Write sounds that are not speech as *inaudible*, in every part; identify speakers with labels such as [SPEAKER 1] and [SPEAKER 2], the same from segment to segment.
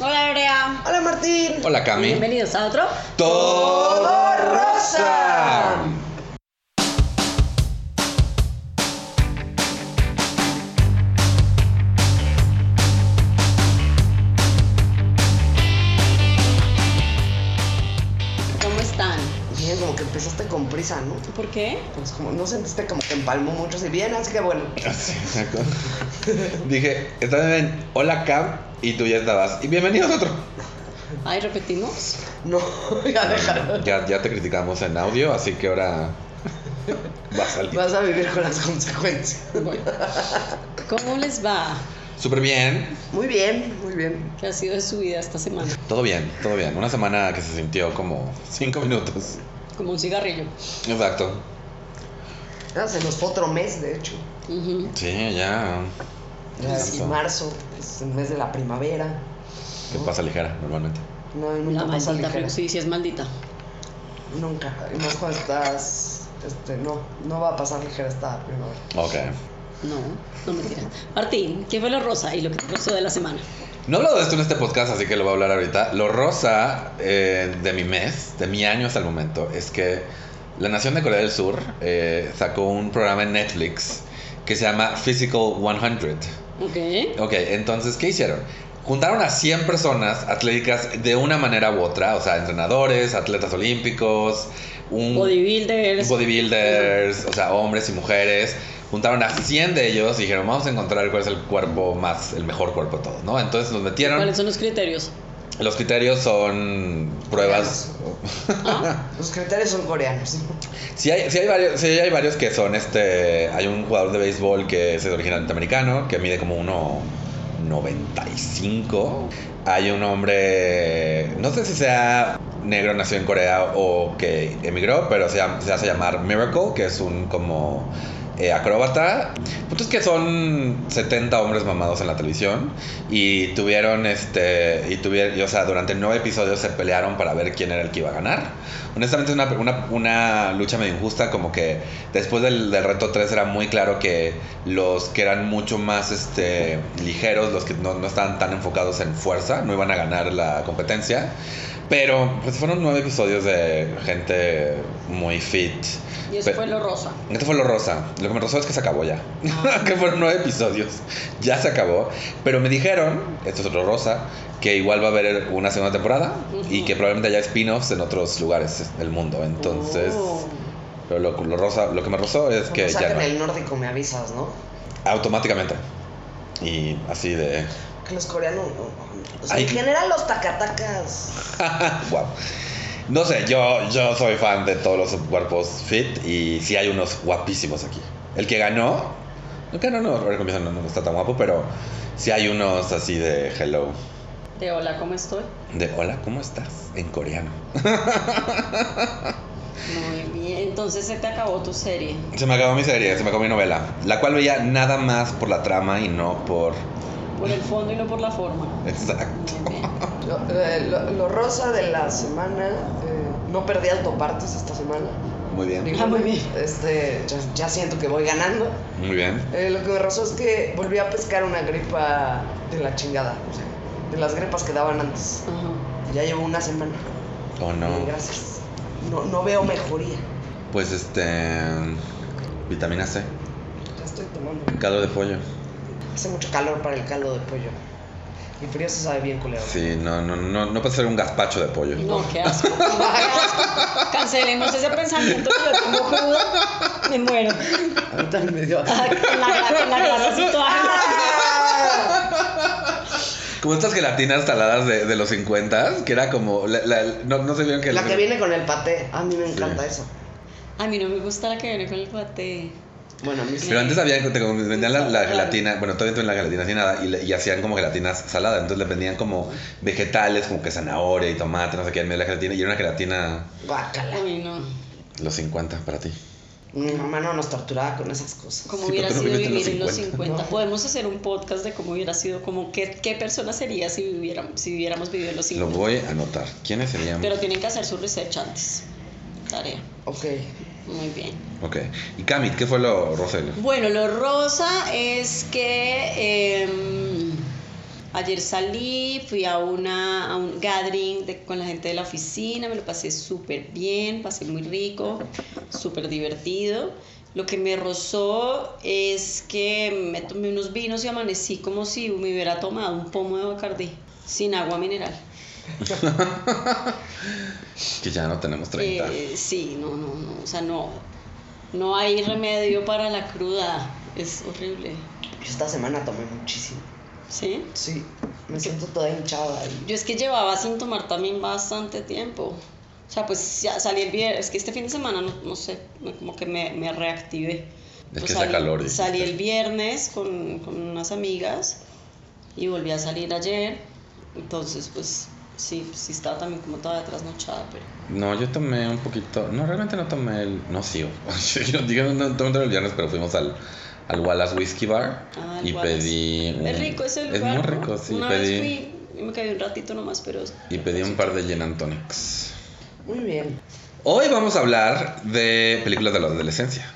[SPEAKER 1] Hola, Aurea.
[SPEAKER 2] Hola Martín.
[SPEAKER 3] Hola, Cami.
[SPEAKER 1] Bienvenidos a otro.
[SPEAKER 3] Todo
[SPEAKER 2] rosa.
[SPEAKER 1] ¿Cómo están?
[SPEAKER 2] Bien, como que empezaste con prisa, ¿no?
[SPEAKER 1] ¿Por qué?
[SPEAKER 2] Pues como no sentiste como que empalmó mucho, si bien, así que bueno. *laughs*
[SPEAKER 3] Sí, exacto. *laughs* Dije, están en Hola, Cam. Y tú ya estabas. Y bienvenidos a otro.
[SPEAKER 1] Ay, repetimos.
[SPEAKER 2] No, ya déjalo.
[SPEAKER 3] Ya, ya te criticamos en audio, así que ahora va a salir.
[SPEAKER 2] Vas a vivir con las consecuencias.
[SPEAKER 1] Bueno. *laughs* ¿Cómo les va?
[SPEAKER 3] Súper bien.
[SPEAKER 2] Muy bien, muy bien.
[SPEAKER 1] ¿Qué ha sido de su vida esta semana?
[SPEAKER 3] Todo bien, todo bien. Una semana que se sintió como cinco minutos.
[SPEAKER 1] Como un cigarrillo.
[SPEAKER 3] Exacto.
[SPEAKER 2] Ya se nos fue otro mes, de hecho.
[SPEAKER 1] Ujú.
[SPEAKER 3] Sí, ya.
[SPEAKER 2] Ya es
[SPEAKER 3] Exacto.
[SPEAKER 2] marzo, es el mes de la primavera.
[SPEAKER 3] Que pasa ligera, normalmente.
[SPEAKER 2] No, y nunca
[SPEAKER 1] La
[SPEAKER 2] pasa
[SPEAKER 1] maldita,
[SPEAKER 2] ligera.
[SPEAKER 1] pero sí, sí es maldita.
[SPEAKER 2] Nunca. Y más cuando estás. Este, no, no va a pasar ligera esta primavera.
[SPEAKER 3] Ok.
[SPEAKER 1] No, no me tiran. Martín, ¿qué fue lo rosa y lo que te pasó de la semana?
[SPEAKER 3] No he hablado de esto en este podcast, así que lo voy a hablar ahorita. Lo rosa eh, de mi mes, de mi año hasta el momento, es que la Nación de Corea del Sur eh, sacó un programa en Netflix que se llama Physical 100.
[SPEAKER 1] Ok.
[SPEAKER 3] Ok, entonces, ¿qué hicieron? Juntaron a 100 personas atléticas de una manera u otra, o sea, entrenadores, atletas olímpicos, un
[SPEAKER 1] Bodybuilders.
[SPEAKER 3] bodybuilders, o sea, hombres y mujeres. Juntaron a 100 de ellos y dijeron, vamos a encontrar cuál es el cuerpo más, el mejor cuerpo de todos, ¿no? Entonces los metieron.
[SPEAKER 1] ¿Cuáles son los criterios?
[SPEAKER 3] Los criterios son pruebas. *laughs*
[SPEAKER 1] ¿Ah?
[SPEAKER 2] Los criterios son coreanos.
[SPEAKER 3] Sí hay, sí hay varios, sí hay varios que son, este, hay un jugador de béisbol que es de origen norteamericano, que mide como 1.95. Hay un hombre, no sé si sea negro, nació en Corea o que emigró, pero se, llama- se hace llamar Miracle, que es un como eh, acróbata. El punto es que son 70 hombres mamados en la televisión y tuvieron, este, y tuvieron, y, o sea, durante nueve episodios se pelearon para ver quién era el que iba a ganar. Honestamente es una, una- una lucha medio injusta, como que después del, del reto 3 era muy claro que los que eran mucho más este, ligeros, los que no, no estaban tan enfocados en fuerza, no iban a ganar la competencia. Pero pues fueron nueve episodios de gente muy fit.
[SPEAKER 1] Y eso
[SPEAKER 3] Pe-
[SPEAKER 1] fue lo rosa.
[SPEAKER 3] esto fue lo rosa. Lo que me rozó es que se acabó ya.
[SPEAKER 1] Ah.
[SPEAKER 3] *laughs* que fueron nueve episodios. Ya se acabó. Pero me dijeron, esto es otro rosa, que igual va a haber una segunda temporada y
[SPEAKER 1] Ujú.
[SPEAKER 3] que probablemente haya spin-offs en otros lugares del mundo. Entonces,
[SPEAKER 1] Oh.
[SPEAKER 3] pero lo, lo rosa, lo que me rozó es que
[SPEAKER 2] Cuando
[SPEAKER 3] ya
[SPEAKER 2] saquen
[SPEAKER 3] no.
[SPEAKER 2] el nórdico, me avisas, ¿no?
[SPEAKER 3] Automáticamente. Y así de.
[SPEAKER 2] Que los coreanos. no, no. O sea,
[SPEAKER 3] Ay.
[SPEAKER 2] en general, los tacatacas.
[SPEAKER 3] wow. No sé, yo, yo soy fan de todos los cuerpos fit y sí hay unos guapísimos aquí. El que ganó, el que ganó no, ahora comienzo, no, no está tan guapo, pero sí hay unos así de hello,
[SPEAKER 1] De hola, ¿cómo estoy?
[SPEAKER 3] de hola, ¿cómo estás? En coreano.
[SPEAKER 1] Muy bien. Entonces se te acabó tu serie.
[SPEAKER 3] Se me acabó mi serie, se me acabó mi novela, la cual veía nada más por la trama y no por...
[SPEAKER 1] Por el fondo y no por la forma.
[SPEAKER 3] Exacto.
[SPEAKER 1] Muy bien.
[SPEAKER 2] Lo, eh, lo- lo rosa de la semana. eh, no perdí autopartes esta semana.
[SPEAKER 3] Muy bien.
[SPEAKER 1] Ah, muy bien.
[SPEAKER 2] Este, ya, ya siento que voy ganando.
[SPEAKER 3] Muy bien.
[SPEAKER 2] Eh, lo que me rozó es que volví a pescar una gripa de la chingada. O sea, de las gripas que daban antes.
[SPEAKER 1] Ajá.
[SPEAKER 2] Ya llevo una semana.
[SPEAKER 3] ¿O no?
[SPEAKER 2] Eh, Gracias. No, no veo mejoría.
[SPEAKER 3] Pues este... Vitamina C,
[SPEAKER 2] Ya estoy tomando.
[SPEAKER 3] caldo de pollo.
[SPEAKER 2] Hace mucho calor para el caldo de pollo. Y frío se sabe bien culero.
[SPEAKER 3] Sí, no, no, no, no puede ser un gazpacho de pollo.
[SPEAKER 1] No, qué asco. qué asco. Cancelemos ese pensamiento que yo tengo cruda. Me muero.
[SPEAKER 2] Ahorita me dio-
[SPEAKER 1] Ah, Con la, gra- con la grasa así toda.
[SPEAKER 2] ¡Ah!
[SPEAKER 3] Como estas gelatinas taladas de, de los 50 que era como. la- la- no, no se vieron que.
[SPEAKER 2] La que viene con el paté. A mí me
[SPEAKER 3] Sí.
[SPEAKER 2] encanta eso.
[SPEAKER 1] A mí no me gusta la que viene con el paté.
[SPEAKER 2] Bueno, a mí sí.
[SPEAKER 3] Pero antes había, te vendían la, la gelatina, bueno, todavía tienen la gelatina sin nada, y, le- y hacían como gelatinas saladas. Entonces le vendían como vegetales, como que zanahoria y tomate, no sé qué, en medio de la gelatina. Y era una gelatina
[SPEAKER 2] Guácala.
[SPEAKER 1] A mí no.
[SPEAKER 3] los 50 para ti.
[SPEAKER 2] Mi mamá no nos torturaba con esas cosas.
[SPEAKER 1] Como
[SPEAKER 3] Sí,
[SPEAKER 1] hubiera
[SPEAKER 3] pero tú
[SPEAKER 1] sido
[SPEAKER 3] no
[SPEAKER 1] vivir
[SPEAKER 3] viviste
[SPEAKER 1] en
[SPEAKER 3] en los
[SPEAKER 1] los 50.
[SPEAKER 2] No.
[SPEAKER 1] Podemos hacer un podcast de cómo hubiera sido, como qué, qué persona sería si viviéramos, si viviéramos vivido en los
[SPEAKER 3] Lo
[SPEAKER 1] 50.
[SPEAKER 3] voy a anotar. ¿Quiénes serían?
[SPEAKER 1] Pero tienen que hacer su research antes. Tarea.
[SPEAKER 2] Ok.
[SPEAKER 1] Muy bien.
[SPEAKER 3] Ok. Y Cami, ¿qué fue lo Roselio?
[SPEAKER 1] Bueno, lo rosa es que eh, Ayer salí, fui a, una, a un gathering de- con la gente de la oficina, me lo pasé súper bien, pasé muy rico, súper divertido. Lo que me rozó es que me tomé unos vinos y amanecí como si me hubiera tomado un pomo de Bacardí, sin agua mineral.
[SPEAKER 3] Que ya no tenemos 30.
[SPEAKER 1] Eh, sí, no, no, no, o sea, no, no hay remedio para la cruda, es horrible,
[SPEAKER 2] Yo esta semana tomé muchísimo.
[SPEAKER 1] ¿sí?
[SPEAKER 2] Sí, me siento toda hinchada y
[SPEAKER 1] Yo es que llevaba sin tomar también bastante tiempo. O sea, pues ya salí el viernes, es que este fin de semana, no, no sé, me- como que me, me reactivé.
[SPEAKER 3] Es
[SPEAKER 1] Pues
[SPEAKER 3] que está calor. dijiste.
[SPEAKER 1] Salí el viernes con, con unas amigas y volví a salir ayer. Entonces, pues sí, sí estaba también como toda trasnochada, pero...
[SPEAKER 3] No, yo tomé un poquito. No, realmente no tomé el. No, sí. Yo, *laughs* yo digo, no tomé el viernes, pero fuimos al, al Wallace Whiskey Bar
[SPEAKER 1] Ah, el
[SPEAKER 3] y
[SPEAKER 1] Wallace.
[SPEAKER 3] pedí. un-
[SPEAKER 1] Es rico ese lugar,
[SPEAKER 3] Es muy
[SPEAKER 1] ¿no?
[SPEAKER 3] rico, sí.
[SPEAKER 1] Una
[SPEAKER 3] pedí,
[SPEAKER 1] vez fui y me quedé un ratito nomás, pero...
[SPEAKER 3] Y pedí un par de gin and tonics.
[SPEAKER 2] Muy bien.
[SPEAKER 3] Hoy vamos a hablar de películas de la adolescencia.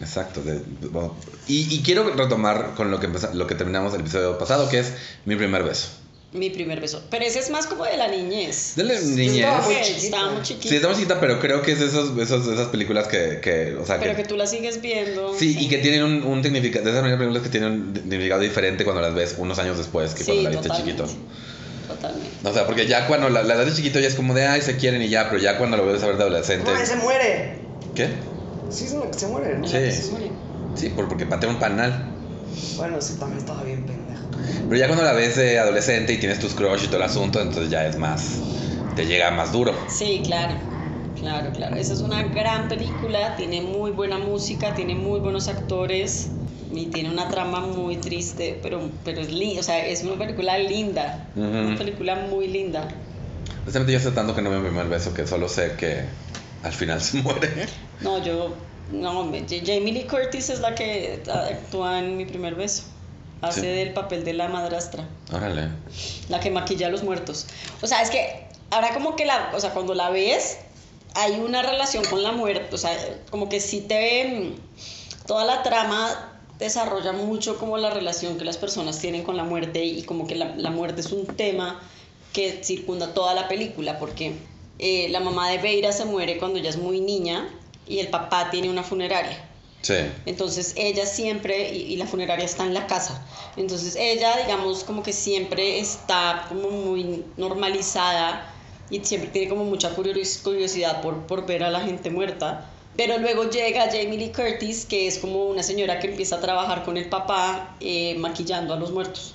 [SPEAKER 3] Exacto. de- bueno, y, y quiero retomar con lo que, empeza- lo que terminamos el episodio pasado, que es mi primer beso.
[SPEAKER 1] Mi primer beso. Pero ese es más como de la niñez.
[SPEAKER 3] De la
[SPEAKER 2] estaba
[SPEAKER 3] niñez.
[SPEAKER 2] muy
[SPEAKER 1] Ok,
[SPEAKER 2] chiquita.
[SPEAKER 1] Estaba muy chiquita.
[SPEAKER 3] Sí, estamos chiquita, pero creo que es de, esos, esos- de esas películas que, que, o sea,
[SPEAKER 1] Pero
[SPEAKER 3] que,
[SPEAKER 1] que tú la sigues viendo.
[SPEAKER 3] Sí, y que tienen un, un significado, de esas primeras películas que tienen un significado diferente cuando las ves unos años después que
[SPEAKER 1] Sí,
[SPEAKER 3] cuando la viste
[SPEAKER 1] totalmente.
[SPEAKER 3] chiquito.
[SPEAKER 1] Totalmente.
[SPEAKER 3] O sea, porque ya cuando la, la das de chiquito ya es como de, ay, se quieren y ya, pero ya cuando lo ves a ver de adolescente...
[SPEAKER 2] No, se muere.
[SPEAKER 3] ¿Qué?
[SPEAKER 2] Sí, se, se muere,
[SPEAKER 1] En
[SPEAKER 2] ¿no?
[SPEAKER 3] Sí.
[SPEAKER 1] la que se muere.
[SPEAKER 3] Sí, por- porque patea un panal.
[SPEAKER 2] Bueno, sí, también estaba bien pendejo.
[SPEAKER 3] Pero ya cuando la ves de adolescente y tienes tus crush y todo el asunto, entonces ya es más... Te llega más duro.
[SPEAKER 1] Sí, claro. Claro, claro. Esa es una gran película. Tiene muy buena música, tiene muy buenos actores. Y tiene una trama muy triste, pero, pero es linda. O sea, es una película linda.
[SPEAKER 3] Ujú.
[SPEAKER 1] Una película muy linda.
[SPEAKER 3] Justamente yo sé tanto que no me mi primer beso, que solo sé que al final se
[SPEAKER 1] *laughs*
[SPEAKER 3] muere.
[SPEAKER 1] No, yo. No, me- Ja- Jamie Lee Curtis es la que actúa en mi primer beso. Hace
[SPEAKER 3] Sí.
[SPEAKER 1] del papel de la madrastra.
[SPEAKER 3] Órale.
[SPEAKER 1] La que maquilla a los muertos. O sea, es que ahora como que la, o sea, cuando la ves, hay una relación con la muerte. O sea, como que sí te... mm, Toda la trama desarrolla mucho como la relación que las personas tienen con la muerte y como que la, la muerte es un tema que circunda toda la película porque eh, la mamá de Beira se muere cuando ella es muy niña y el papá tiene una funeraria.
[SPEAKER 3] Sí.
[SPEAKER 1] Entonces ella siempre, y, y la funeraria está en la casa, entonces ella, digamos, como que siempre está como muy normalizada y siempre tiene como mucha curios- curiosidad por, por ver a la gente muerta. Pero luego llega Jamie Lee Curtis, que es como una señora que empieza a trabajar con el papá eh, maquillando a los muertos.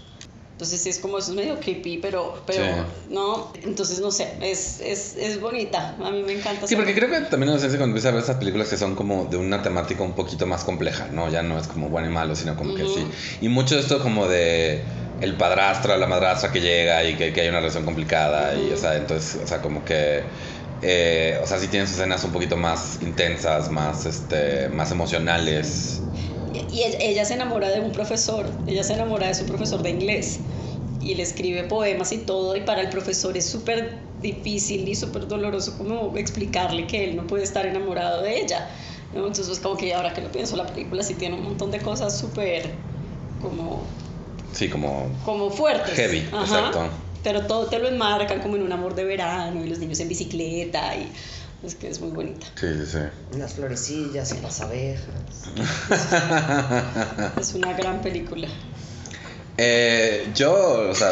[SPEAKER 1] Entonces es como, eso es medio creepy, pero, pero
[SPEAKER 3] Sí.
[SPEAKER 1] no, entonces no sé, es, es, es bonita, a mí me encanta.
[SPEAKER 3] Sí,
[SPEAKER 1] esa
[SPEAKER 3] porque creo que también nos hace cuando empiezas a ver esas películas que son como de una temática un poquito más compleja, ¿no? Ya no es como bueno y malo, sino como que
[SPEAKER 1] Ujú.
[SPEAKER 3] sí. Y mucho de esto como de el padrastro, la madrastra que llega y que, que hay una relación complicada y, o sea, entonces, o sea, como que... eh, o sea, sí tienes escenas un poquito más intensas, más, este, más emocionales.
[SPEAKER 1] Y ella, ella se enamora de un profesor, ella se enamora de su profesor de inglés y le escribe poemas y todo y para el profesor es súper difícil y súper doloroso como explicarle que él no puede estar enamorado de ella. ¿no? Entonces como que ahora que lo pienso, la película sí tiene un montón de cosas súper como,
[SPEAKER 3] Sí, como...
[SPEAKER 1] como fuertes.
[SPEAKER 3] Heavy, exacto.
[SPEAKER 1] Pero todo te lo enmarcan como en un amor de verano y los niños en bicicleta y es que es muy bonita.
[SPEAKER 3] Sí, sí, sí.
[SPEAKER 2] Las florecillas y las abejas.
[SPEAKER 3] Ah.
[SPEAKER 1] Es una gran película.
[SPEAKER 3] Eh, yo, o sea,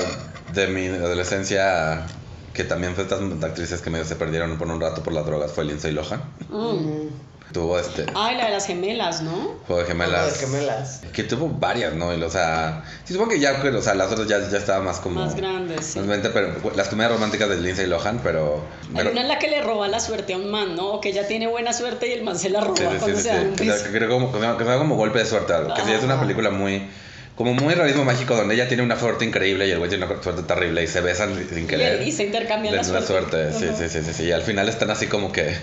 [SPEAKER 3] de mi adolescencia, que también fue estas actrices que medio se perdieron por un rato por las drogas, fue Lindsay Lohan.
[SPEAKER 1] Mm.
[SPEAKER 2] Mm.
[SPEAKER 3] Tuvo este
[SPEAKER 1] Ay, la de las gemelas, ¿no?
[SPEAKER 3] juego de
[SPEAKER 2] Algo de
[SPEAKER 3] gemelas.
[SPEAKER 2] gemelas.
[SPEAKER 3] Que tuvo varias, ¿no? Y, o sea, sí, supongo que ya, pues, o sea, las otras ya, ya estaba más como.
[SPEAKER 1] Más grandes, sí.
[SPEAKER 3] más veinte, pero pues, las comedias románticas de Lindsay Lohan, pero.
[SPEAKER 1] Hay una en la que le roba la suerte a un man, ¿no? O que ella tiene buena suerte y el man se la roba
[SPEAKER 3] Sí, sí, sí,
[SPEAKER 1] cuando
[SPEAKER 3] sí,
[SPEAKER 1] se dan un
[SPEAKER 3] sí. O sea,
[SPEAKER 1] beso.
[SPEAKER 3] que creo como, que se llama- que se llama como golpe de suerte algo. Que sí, es una
[SPEAKER 2] Ajá.
[SPEAKER 3] película muy. Como muy realismo mágico, donde ella tiene una suerte increíble y el güey tiene una suerte terrible y se besan sin
[SPEAKER 1] Y,
[SPEAKER 3] querer.
[SPEAKER 1] y se intercambian la
[SPEAKER 3] Les da
[SPEAKER 1] suerte.
[SPEAKER 3] suerte, sí,
[SPEAKER 1] Ajá.
[SPEAKER 3] sí, sí, sí, sí. Y al final están así como que.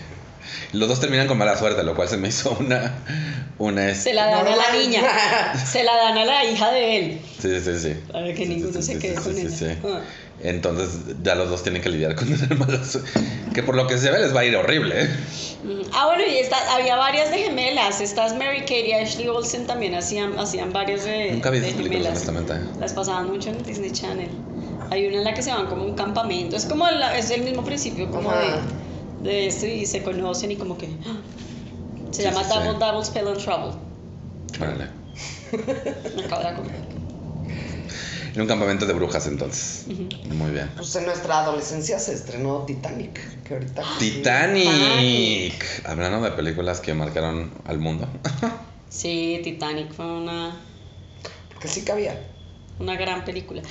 [SPEAKER 3] Los dos terminan con mala suerte, lo cual se me hizo una. Una. es-
[SPEAKER 1] Se la dan a la
[SPEAKER 2] Normal.
[SPEAKER 1] niña. Se la dan a la hija de él.
[SPEAKER 3] Sí, sí, sí.
[SPEAKER 1] Para que
[SPEAKER 3] Sí, sí,
[SPEAKER 1] ninguno
[SPEAKER 3] sí,
[SPEAKER 1] se
[SPEAKER 3] sí,
[SPEAKER 1] quede
[SPEAKER 3] sí,
[SPEAKER 1] con
[SPEAKER 3] sí,
[SPEAKER 1] ella.
[SPEAKER 3] sí.
[SPEAKER 1] Ah.
[SPEAKER 3] Entonces ya los dos tienen que lidiar con tener malos. Que por lo que se ve les va a ir horrible. ¿eh?
[SPEAKER 1] Mm, Ah, bueno, y esta, había varias de gemelas. Estas Mary Kate y Ashley Olsen también hacían, hacían varias de,
[SPEAKER 3] Nunca vi
[SPEAKER 1] de
[SPEAKER 3] esas películas, honestamente.
[SPEAKER 1] Las pasaban mucho en el Disney Channel. Hay una en la que se van como a un campamento. Es como la- es el mismo principio como
[SPEAKER 2] Ajá.
[SPEAKER 1] de, de esto y se conocen y como que... ¡ah! Se
[SPEAKER 3] Sí,
[SPEAKER 1] llama
[SPEAKER 3] sí, sí.
[SPEAKER 1] Double Double Spell and Trouble.
[SPEAKER 3] Órale.
[SPEAKER 1] Me acabo de acordar.
[SPEAKER 3] *laughs* En un campamento de brujas entonces. Muy bien.
[SPEAKER 2] Pues en nuestra adolescencia se estrenó Titanic, que ahorita...
[SPEAKER 3] Titanic. Hablando de películas que marcaron al mundo.
[SPEAKER 1] Sí, Titanic fue una...
[SPEAKER 2] Que sí cabía.
[SPEAKER 1] una gran película.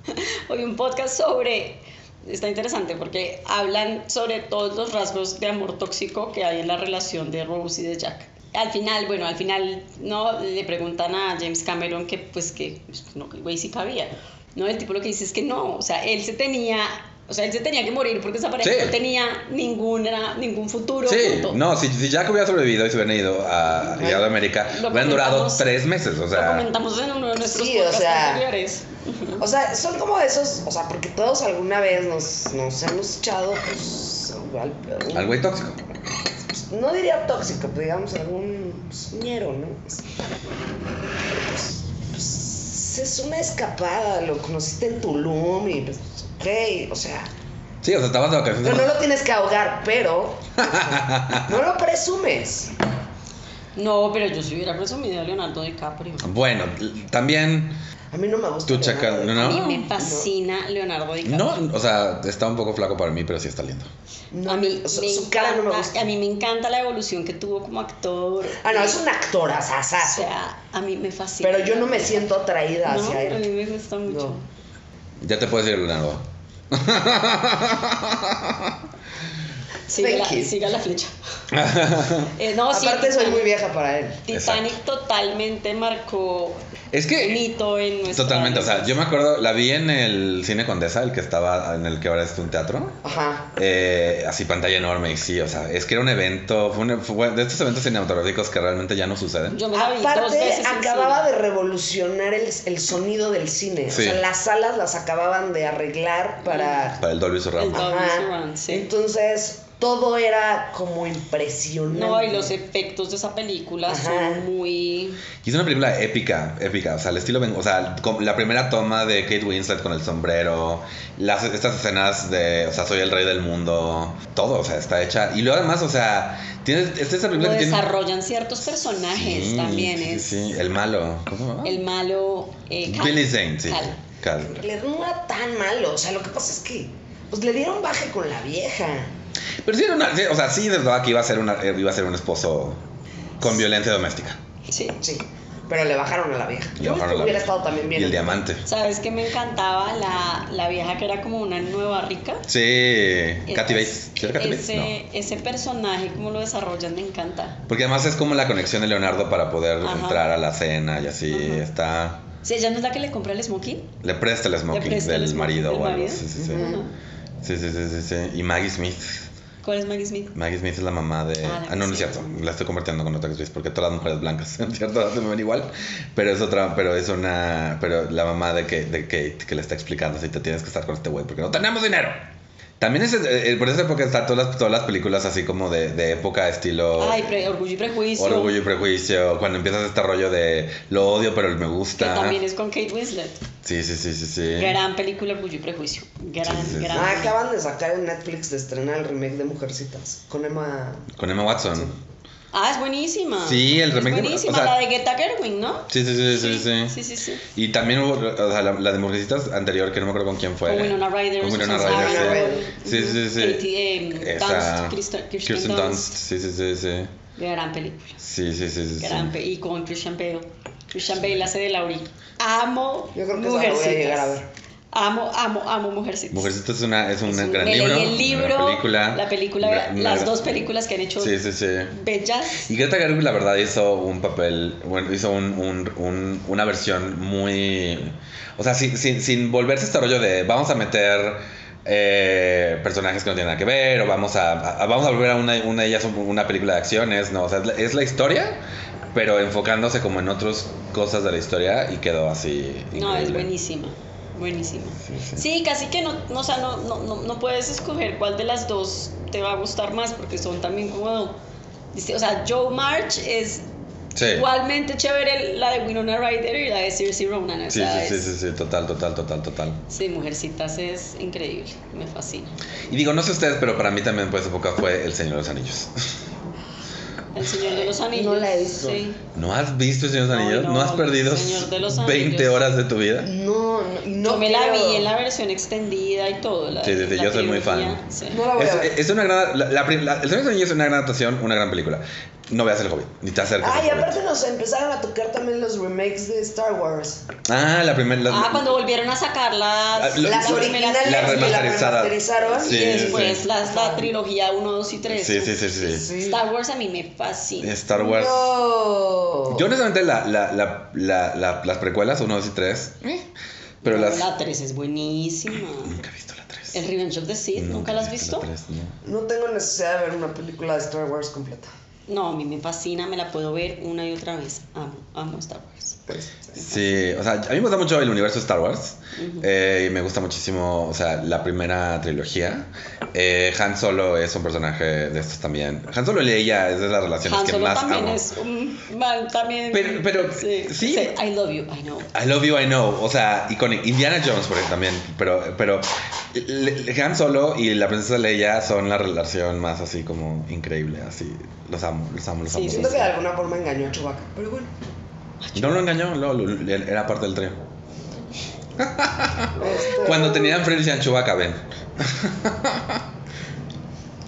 [SPEAKER 1] *laughs* Hoy un podcast sobre, está interesante porque hablan sobre todos los rasgos de amor tóxico que hay en la relación de Rose y de Jack. Al final, bueno, al final no le preguntan a James Cameron que pues que pues, no, que el güey sí cabía. No, el tipo lo que dice es que no, o sea, él se tenía, o sea, él se tenía que morir porque esa pareja
[SPEAKER 3] Sí.
[SPEAKER 1] no tenía ninguna ningún futuro.
[SPEAKER 3] Sí,
[SPEAKER 1] junto.
[SPEAKER 3] no, si, si Jack hubiera sobrevivido y se hubieran ido a,
[SPEAKER 2] Ajá.
[SPEAKER 3] y a América,
[SPEAKER 1] Lo
[SPEAKER 3] hubieran durado
[SPEAKER 1] comentamos.
[SPEAKER 3] tres meses, o
[SPEAKER 1] Lo
[SPEAKER 3] sea.
[SPEAKER 1] comentamos en uno de nuestros
[SPEAKER 2] Sí, o
[SPEAKER 1] podcasts
[SPEAKER 2] sea,
[SPEAKER 1] anteriores. *laughs*
[SPEAKER 2] O sea, son como esos, o sea, porque todos alguna vez nos, nos hemos echado, pues, al, un-
[SPEAKER 3] Al güey tóxico.
[SPEAKER 2] pues, no diría tóxico, pero digamos algún pues, ñero, ¿no? Pues, pues, es una escapada, lo conociste en Tulum y, pues, ok, o sea,
[SPEAKER 3] Sí, o sea, estabas de
[SPEAKER 2] pero
[SPEAKER 3] vacaciones.
[SPEAKER 2] no lo tienes que ahogar,
[SPEAKER 3] *laughs*
[SPEAKER 2] pero no lo presumes.
[SPEAKER 1] No, pero yo sí hubiera presumido a Leonardo DiCaprio.
[SPEAKER 3] Bueno, l- también.
[SPEAKER 2] A mí no me gusta.
[SPEAKER 3] Tú, chacal,
[SPEAKER 2] Leonardo
[SPEAKER 3] ¿no?
[SPEAKER 1] A mí
[SPEAKER 2] DiCaprio.
[SPEAKER 1] me fascina Leonardo DiCaprio.
[SPEAKER 3] No, o sea, está un poco flaco para mí, pero sí está lindo.
[SPEAKER 2] No,
[SPEAKER 1] a mí
[SPEAKER 2] su,
[SPEAKER 1] me
[SPEAKER 2] su cara no me
[SPEAKER 1] encanta-
[SPEAKER 2] gusta.
[SPEAKER 1] A mí me encanta la evolución que tuvo como actor.
[SPEAKER 2] Ah, no, es un actor
[SPEAKER 1] O
[SPEAKER 2] asasazo.
[SPEAKER 1] sea, a mí me fascina.
[SPEAKER 2] Pero yo no me siento atraída
[SPEAKER 1] No,
[SPEAKER 2] hacia
[SPEAKER 1] a mí
[SPEAKER 2] él.
[SPEAKER 1] me gusta mucho.
[SPEAKER 2] No.
[SPEAKER 3] Ya te puedes ir, Leonardo.
[SPEAKER 1] Sigue, la,
[SPEAKER 2] Thank you.
[SPEAKER 1] siga la
[SPEAKER 2] *laughs*
[SPEAKER 1] flecha. Eh, no, sí,
[SPEAKER 2] Aparte soy
[SPEAKER 1] Titanic-
[SPEAKER 2] muy vieja para él.
[SPEAKER 1] Titanic totalmente marcó
[SPEAKER 3] Es
[SPEAKER 1] un
[SPEAKER 3] que.
[SPEAKER 1] hito en nuestra...
[SPEAKER 3] Totalmente, o sea, yo me acuerdo, la vi en el Cine Condesa, el que estaba, en el que ahora es un teatro.
[SPEAKER 2] Ajá.
[SPEAKER 3] Eh, así pantalla enorme y sí, o sea, es que era un evento, fue, un- fue de estos eventos cinematográficos que realmente ya no suceden.
[SPEAKER 1] Yo me la vi dos
[SPEAKER 2] Aparte,
[SPEAKER 1] veces en
[SPEAKER 2] acababa
[SPEAKER 1] cine.
[SPEAKER 2] de revolucionar el, el sonido del cine.
[SPEAKER 3] Sí.
[SPEAKER 2] O sea, las salas las acababan de arreglar para.
[SPEAKER 3] Para el Dolby
[SPEAKER 1] El
[SPEAKER 3] Surround.
[SPEAKER 1] Dolby
[SPEAKER 2] Ajá.
[SPEAKER 1] Surround, Mm. sí.
[SPEAKER 2] Entonces, todo era como impresionante.
[SPEAKER 1] No, y los e- efectos de esa película
[SPEAKER 2] Ajá.
[SPEAKER 1] son muy...
[SPEAKER 3] Y es una película épica, épica, o sea, el estilo, Ben- o sea, con la primera toma de Kate Winslet con el sombrero, las, estas escenas de, o sea, soy el rey del mundo, todo, o sea, está hecha. Y luego además, o sea, tienes, esta es la
[SPEAKER 1] Lo
[SPEAKER 3] película que tiene...
[SPEAKER 1] desarrollan ciertos personajes
[SPEAKER 3] Sí,
[SPEAKER 1] también.
[SPEAKER 3] sí,
[SPEAKER 1] es
[SPEAKER 3] Sí, el malo. ¿Cómo se llama?
[SPEAKER 1] El malo... eh, Cal.
[SPEAKER 3] Billy Zane, sí.
[SPEAKER 1] Cal.
[SPEAKER 3] Cal.
[SPEAKER 2] Le no era tan malo. O sea, lo que pasa es que. Pues le dieron baje con la vieja.
[SPEAKER 3] Pero sí era una, sí, o sea, sí desde luego que iba a ser una, eh, iba a ser un esposo con violencia doméstica.
[SPEAKER 1] Sí.
[SPEAKER 2] Sí. Pero le bajaron a la vieja.
[SPEAKER 3] Le
[SPEAKER 2] Yo creo
[SPEAKER 3] bajaron
[SPEAKER 2] que
[SPEAKER 3] la-
[SPEAKER 2] hubiera estado también bien.
[SPEAKER 3] Y el diamante.
[SPEAKER 1] ¿Sabes qué me encantaba? La, la vieja que era como una nueva rica.
[SPEAKER 3] Sí, Katy
[SPEAKER 1] Entonces,
[SPEAKER 3] Bates. ¿Sí era Kathy Bates?
[SPEAKER 1] ese,
[SPEAKER 3] No.
[SPEAKER 1] ese personaje, cómo lo desarrollan, me encanta.
[SPEAKER 3] Porque además es como la conexión de Leonardo para poder
[SPEAKER 1] Ajá.
[SPEAKER 3] entrar a la cena y así
[SPEAKER 1] Ajá.
[SPEAKER 3] está.
[SPEAKER 1] Si ella no es la que le compra el smoking.
[SPEAKER 3] Le presta el smoking
[SPEAKER 1] presta el
[SPEAKER 3] del
[SPEAKER 1] smoking
[SPEAKER 3] marido
[SPEAKER 1] del
[SPEAKER 3] o algo.
[SPEAKER 1] marido.
[SPEAKER 3] Sí sí sí.
[SPEAKER 2] Ujú.
[SPEAKER 3] sí, sí, sí, sí, sí. Y Maggie Smith.
[SPEAKER 1] ¿Cuál es Maggie Smith?
[SPEAKER 3] Maggie Smith es la mamá de.
[SPEAKER 1] Ah, la
[SPEAKER 3] Ah, no, no es
[SPEAKER 1] que sí.
[SPEAKER 3] cierto. La estoy convirtiendo con otra actriz porque todas las mujeres blancas, *laughs* en cierto, se me ven igual. Pero es otra, pero es una. Pero la mamá de, que, de Kate que le está explicando si te tienes que estar con este güey porque no tenemos dinero. También es. eh, eh, por esa época están todas las, todas las películas así como de, de época, estilo.
[SPEAKER 1] Ay, pre- Orgullo y Prejuicio.
[SPEAKER 3] Oh. Orgullo y prejuicio. Cuando empiezas este rollo de lo odio, pero me
[SPEAKER 1] Que
[SPEAKER 3] gusta.
[SPEAKER 1] también es con Kate Winslet.
[SPEAKER 3] Sí, sí, sí, sí. sí.
[SPEAKER 1] Gran película Orgullo y Prejuicio. Gran,
[SPEAKER 3] Sí, sí, sí.
[SPEAKER 1] gran.
[SPEAKER 2] Ah, acaban de sacar en Netflix de estrenar el remake de Mujercitas. Con Emma.
[SPEAKER 3] Con Emma Watson.
[SPEAKER 1] Ah, es buenísima.
[SPEAKER 3] Sí, el
[SPEAKER 1] Es
[SPEAKER 3] remake de-
[SPEAKER 1] buenísima,
[SPEAKER 3] o sea-
[SPEAKER 1] la de Greta Gerwig, ¿no?
[SPEAKER 3] Sí, sí, sí, sí, sí.
[SPEAKER 1] Sí, sí, sí.
[SPEAKER 3] Y también hubo, o sea, la, la de Mujercitas anterior, que no me acuerdo con quién fue.
[SPEAKER 1] Con Winona Ryder.
[SPEAKER 3] Con Winona
[SPEAKER 1] Susan
[SPEAKER 3] Ryder,
[SPEAKER 1] Sarandon.
[SPEAKER 3] sí. Sí, sí, sí.
[SPEAKER 1] Katie, eh,
[SPEAKER 3] Esa-
[SPEAKER 1] Dunst, Kirsten- Kirsten
[SPEAKER 3] Kirsten
[SPEAKER 1] Dunst.
[SPEAKER 3] Dunst. Sí, sí, sí, sí.
[SPEAKER 1] Gran película.
[SPEAKER 3] Sí, sí, sí, sí, sí.
[SPEAKER 1] Gran pe- y con Christian Bale. Christian Bale hace de Laurie. Amo
[SPEAKER 2] Yo creo que esa la voy a
[SPEAKER 1] mujercitas.
[SPEAKER 2] llegar a ver.
[SPEAKER 1] Amo, amo, amo mujercitas.
[SPEAKER 3] Mujercitas es, una, es un
[SPEAKER 1] Es un-
[SPEAKER 3] gran
[SPEAKER 1] me
[SPEAKER 3] libro.
[SPEAKER 1] leí el libro,
[SPEAKER 3] una película.
[SPEAKER 1] la película,
[SPEAKER 3] una- una-
[SPEAKER 1] las dos películas que han hecho
[SPEAKER 3] Sí, sí, sí.
[SPEAKER 1] bellas.
[SPEAKER 3] Y Greta Gerwig, la verdad, hizo un papel, bueno, hizo un, un- un- una versión muy... O sea, sin, sin, sin volverse este rollo de vamos a meter eh, personajes que no tienen nada que ver o vamos a, a- vamos a volver a una, una de ellas una película de acciones, ¿no? O sea, es la, es la historia, pero enfocándose como en otras cosas de la historia y quedó así.
[SPEAKER 1] No, es
[SPEAKER 3] increíble.
[SPEAKER 1] buenísima. buenísima. Sí, casi que no, no, o sea, no, no, no, no puedes escoger cuál de las dos te va a gustar más, porque son también como. disti- O sea, Joe March es
[SPEAKER 3] Sí.
[SPEAKER 1] igualmente chévere la de Winona Ryder y la de Cersei Ronan. o
[SPEAKER 3] Sí,
[SPEAKER 1] sea,
[SPEAKER 3] sí, sí,
[SPEAKER 1] es-
[SPEAKER 3] sí, sí, total, total, total, total.
[SPEAKER 1] sí, Mujercitas es increíble, me fascina.
[SPEAKER 3] Y digo, no sé ustedes, pero para mí también, pues, época fue El Señor de los Anillos.
[SPEAKER 1] El Señor de los Anillos.
[SPEAKER 2] No la he visto.
[SPEAKER 1] Sí.
[SPEAKER 3] ¿No has visto El Señor de los
[SPEAKER 1] Ay,
[SPEAKER 3] Anillos? ¿No,
[SPEAKER 1] no,
[SPEAKER 3] has
[SPEAKER 1] El
[SPEAKER 3] perdido
[SPEAKER 1] Señor de los
[SPEAKER 3] 20
[SPEAKER 1] Anillos.
[SPEAKER 3] horas de tu vida?
[SPEAKER 2] No, no, y no
[SPEAKER 1] Yo me la
[SPEAKER 2] creo.
[SPEAKER 1] vi en la versión extendida y todo. La,
[SPEAKER 3] Sí, sí, sí,
[SPEAKER 1] la
[SPEAKER 3] yo soy muy
[SPEAKER 1] trilogía,
[SPEAKER 3] fan.
[SPEAKER 1] sí.
[SPEAKER 2] No la voy
[SPEAKER 3] Es,
[SPEAKER 2] a ver.
[SPEAKER 3] es una gran. La, la prim- la- el Señor de los Anillos es una gran adaptación, una gran película. No veas el hobbit, ni te acerques.
[SPEAKER 2] Ay,
[SPEAKER 3] al Hobbit.
[SPEAKER 2] aparte nos empezaron a tocar también los remakes de Star Wars.
[SPEAKER 3] Ah, la primera.
[SPEAKER 1] Ah, cuando volvieron a sacar las,
[SPEAKER 3] Ah, lo-
[SPEAKER 2] las
[SPEAKER 3] la-
[SPEAKER 1] primeras
[SPEAKER 2] originales que
[SPEAKER 3] la
[SPEAKER 2] la
[SPEAKER 3] remasterizada.
[SPEAKER 2] remasterizaron. pues,
[SPEAKER 1] y
[SPEAKER 3] Sí,
[SPEAKER 1] después
[SPEAKER 3] sí.
[SPEAKER 1] las, la trilogía 1, 2 y 3.
[SPEAKER 3] Sí, sí, sí, sí.
[SPEAKER 2] Sí.
[SPEAKER 1] Star Wars a mí me fascina.
[SPEAKER 3] Star Wars.
[SPEAKER 2] No.
[SPEAKER 3] Yo, honestamente, la, la, la, la, la- las precuelas, 1, 2 y 3. Pero
[SPEAKER 1] ¿Eh? No,
[SPEAKER 3] las.
[SPEAKER 1] La 3 es buenísima.
[SPEAKER 3] Nunca he visto la 3.
[SPEAKER 1] El Revenge of the Sith, ¿nunca la has visto?
[SPEAKER 2] No tengo necesidad de ver una película de Star Wars completa.
[SPEAKER 1] No, a mí me fascina, me la puedo ver una y otra vez. Amo, amo Star Wars.
[SPEAKER 2] Pues,
[SPEAKER 3] Sí, o sea, a mí me gusta mucho el universo Star Wars. eh, y me gusta muchísimo, o sea, la primera trilogía. Eh, Han Solo es un personaje de estos también. Han Solo y ella es de las relaciones
[SPEAKER 1] Han
[SPEAKER 3] que
[SPEAKER 1] Solo
[SPEAKER 3] más
[SPEAKER 1] también
[SPEAKER 3] amo.
[SPEAKER 1] es un man, también.
[SPEAKER 3] Pero- pero, sí.
[SPEAKER 1] I love you, I know.
[SPEAKER 3] I love you, I know. O sea, y con Indiana Jones, por ejemplo, también. Pero, pero le- le- Han Solo y la princesa Leia son la relación más así como increíble. Así, los amo, los amo, los
[SPEAKER 1] Sí,
[SPEAKER 3] amo.
[SPEAKER 1] sí,
[SPEAKER 2] siento que de alguna forma engañó a Chewbacca, pero bueno.
[SPEAKER 3] No lo engañó, lo- lo- lo- era parte del trío.
[SPEAKER 2] Este,
[SPEAKER 3] Cuando tenían Freddy y Chewbacca, ven.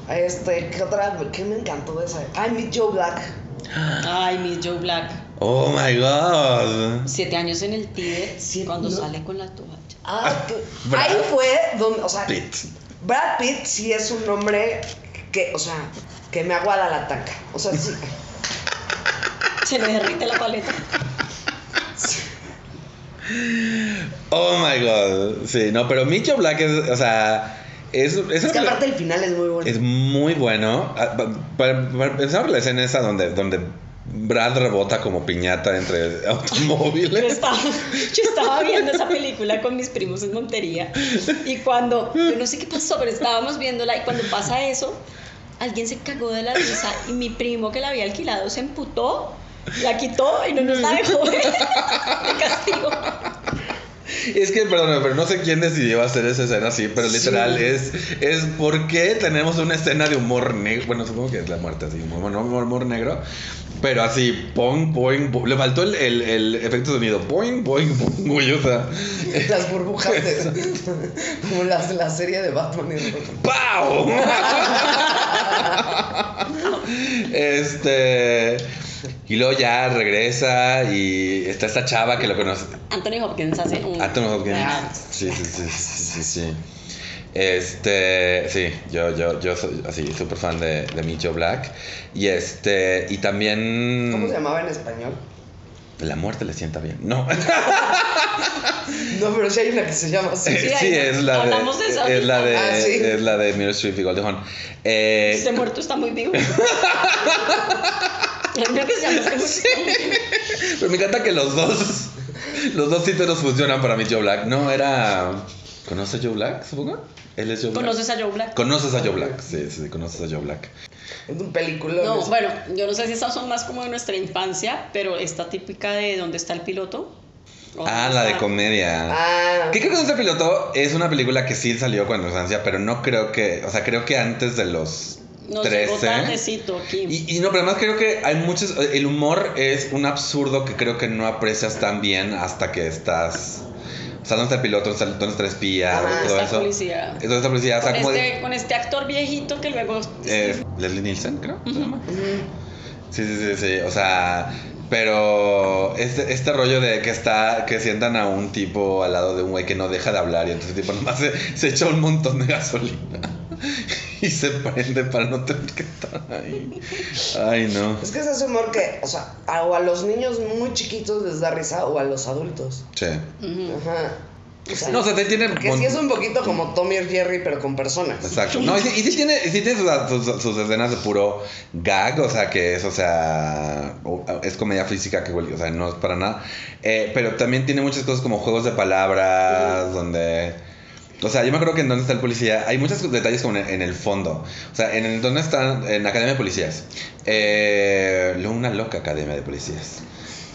[SPEAKER 2] este, ¿qué otra? ¿Qué me encantó de esa? Ay, Meet Joe Black.
[SPEAKER 1] Ay, Miss Joe Black.
[SPEAKER 3] Oh my god.
[SPEAKER 1] Siete años en el Tíbet,
[SPEAKER 2] Siete-
[SPEAKER 1] cuando
[SPEAKER 2] no.
[SPEAKER 1] sale con la toalla.
[SPEAKER 2] Ah, que-
[SPEAKER 3] Brad
[SPEAKER 2] ahí fue donde, o sea,
[SPEAKER 3] Pitt.
[SPEAKER 2] Brad Pitt sí es un hombre que, o sea, que me aguada la taca. O sea,
[SPEAKER 3] *laughs*
[SPEAKER 2] sí.
[SPEAKER 1] Se le derrite la paleta.
[SPEAKER 3] Oh my god. Sí, no, pero Micho Black es, o sea, es, es,
[SPEAKER 2] Es que
[SPEAKER 3] una-
[SPEAKER 2] aparte el final es muy bueno.
[SPEAKER 3] es muy bueno. Ah, pa- Para, para empezar la escena esa donde, donde Brad rebota como piñata entre
[SPEAKER 1] Yo
[SPEAKER 2] Pues,
[SPEAKER 3] automóviles.
[SPEAKER 1] estaba, yo estaba viendo esa película con mis primos en Montería y cuando, yo no sé qué pasó, pero estábamos viéndola y cuando pasa eso, alguien se cagó de la risa y mi primo que la había alquilado se emputó, la quitó y no nos la dejó
[SPEAKER 3] *laughs*
[SPEAKER 1] ver. De castigo.
[SPEAKER 3] Es que, perdón, pero no sé quién decidió hacer esa escena así, pero literal es, es por qué tenemos una escena de humor negro. Bueno, supongo que es la muerte, así, humor, no, humor, humor negro. Pero así, boing, boing, boing. Le faltó el, el, el efecto de sonido. Boing, boing, boing, güey, o sea,
[SPEAKER 2] Las burbujas
[SPEAKER 3] *laughs*
[SPEAKER 2] de, como las de la serie de Batman y Robin.
[SPEAKER 1] *laughs*
[SPEAKER 3] ¡Pau! este. Y luego ya regresa y está esta chava que lo conoce.
[SPEAKER 1] Anthony Hopkins hace un...
[SPEAKER 3] Anthony Hopkins.
[SPEAKER 1] Ah,
[SPEAKER 3] Sí, sí, sí, sí, sí, sí, sí. Este, sí, yo, yo, yo soy así, súper fan de, de Micho Black. Y este, y también.
[SPEAKER 2] ¿Cómo se llamaba en español?
[SPEAKER 3] La muerte le sienta bien. No,
[SPEAKER 2] No, pero sí hay una que se llama así.
[SPEAKER 1] Sí,
[SPEAKER 3] *laughs* sí,
[SPEAKER 1] ahí
[SPEAKER 3] es la de.
[SPEAKER 1] hablamos de eso
[SPEAKER 3] es la de.
[SPEAKER 2] ahorita. Ah, sí.
[SPEAKER 3] Es la de Meryl Streep y Goldie Hawn. Eh,
[SPEAKER 1] Este muerto está muy
[SPEAKER 3] *laughs*
[SPEAKER 1] vivo. Hay una que se llama Este muerto está muy vivo.
[SPEAKER 3] Pero me encanta que los dos. Los dos títulos funcionan para mí, Joe Black. No, era. ¿Conoces a Joe Black, supongo? Él es Joe Black.
[SPEAKER 1] ¿Conoces a Joe Black?
[SPEAKER 3] Conoces a Joe Black. Sí, sí, sí, conoces a Joe Black.
[SPEAKER 2] Es un película.
[SPEAKER 1] No, bueno, yo no sé si esas son más como de nuestra infancia, pero esta típica de ¿Dónde está el piloto? O
[SPEAKER 3] Ah,
[SPEAKER 1] ¿Dónde
[SPEAKER 3] la de
[SPEAKER 1] está?
[SPEAKER 3] comedia.
[SPEAKER 2] Ah,
[SPEAKER 3] Que creo que este piloto es una película que sí salió cuando infancia, pero no creo que. O sea, creo que antes de los.
[SPEAKER 1] Nos llegó
[SPEAKER 3] 13.
[SPEAKER 1] tardecito aquí.
[SPEAKER 3] Y, y no, pero además creo que hay muchos. eh, El humor es un absurdo que creo que no aprecias tan bien hasta que estás. O sea, ¿dónde está el piloto? ¿Dónde está, dónde está el espía?
[SPEAKER 2] Ah,
[SPEAKER 3] ¿Dónde
[SPEAKER 1] Con
[SPEAKER 3] todo
[SPEAKER 1] esta
[SPEAKER 3] eso?
[SPEAKER 1] policía.
[SPEAKER 3] Entonces esta publicidad, o sea,
[SPEAKER 1] con,
[SPEAKER 3] como
[SPEAKER 1] este,
[SPEAKER 3] de-
[SPEAKER 1] con este actor viejito que luego...
[SPEAKER 3] eh, Leslie Nielsen, creo. se llama.
[SPEAKER 2] ujú.
[SPEAKER 3] Sí, sí, sí, sí. O sea, pero este, este rollo de que está, que sientan a un tipo al lado de un güey que no deja de hablar y entonces el tipo nomás se, se echa un montón de gasolina *laughs* y se prende para no tener que estar ahí. Ay, no.
[SPEAKER 2] Es que es ese humor que, o sea, a- o a los niños muy chiquitos les da risa o a los adultos.
[SPEAKER 3] Sí.
[SPEAKER 1] Ujú.
[SPEAKER 2] Ajá. O sea,
[SPEAKER 3] No, o sea, te tiene.
[SPEAKER 2] que
[SPEAKER 3] mon-
[SPEAKER 2] sí es un poquito como Tommy o Jerry, pero con personas. *laughs*
[SPEAKER 3] Exacto. No, y sí, y sí tiene, y sí tiene sus, sus- sus escenas de puro gag, o sea, que es, o sea, o- es comedia física, que, güey, o sea, no es para nada. Eh, pero también tiene muchas cosas como juegos de palabras, donde... O sea, yo me acuerdo que en donde está el policía, hay muchos detalles como en, en el fondo. O sea, en el donde están, en Academia de Policías. Eh, lo- una loca Academia de Policías.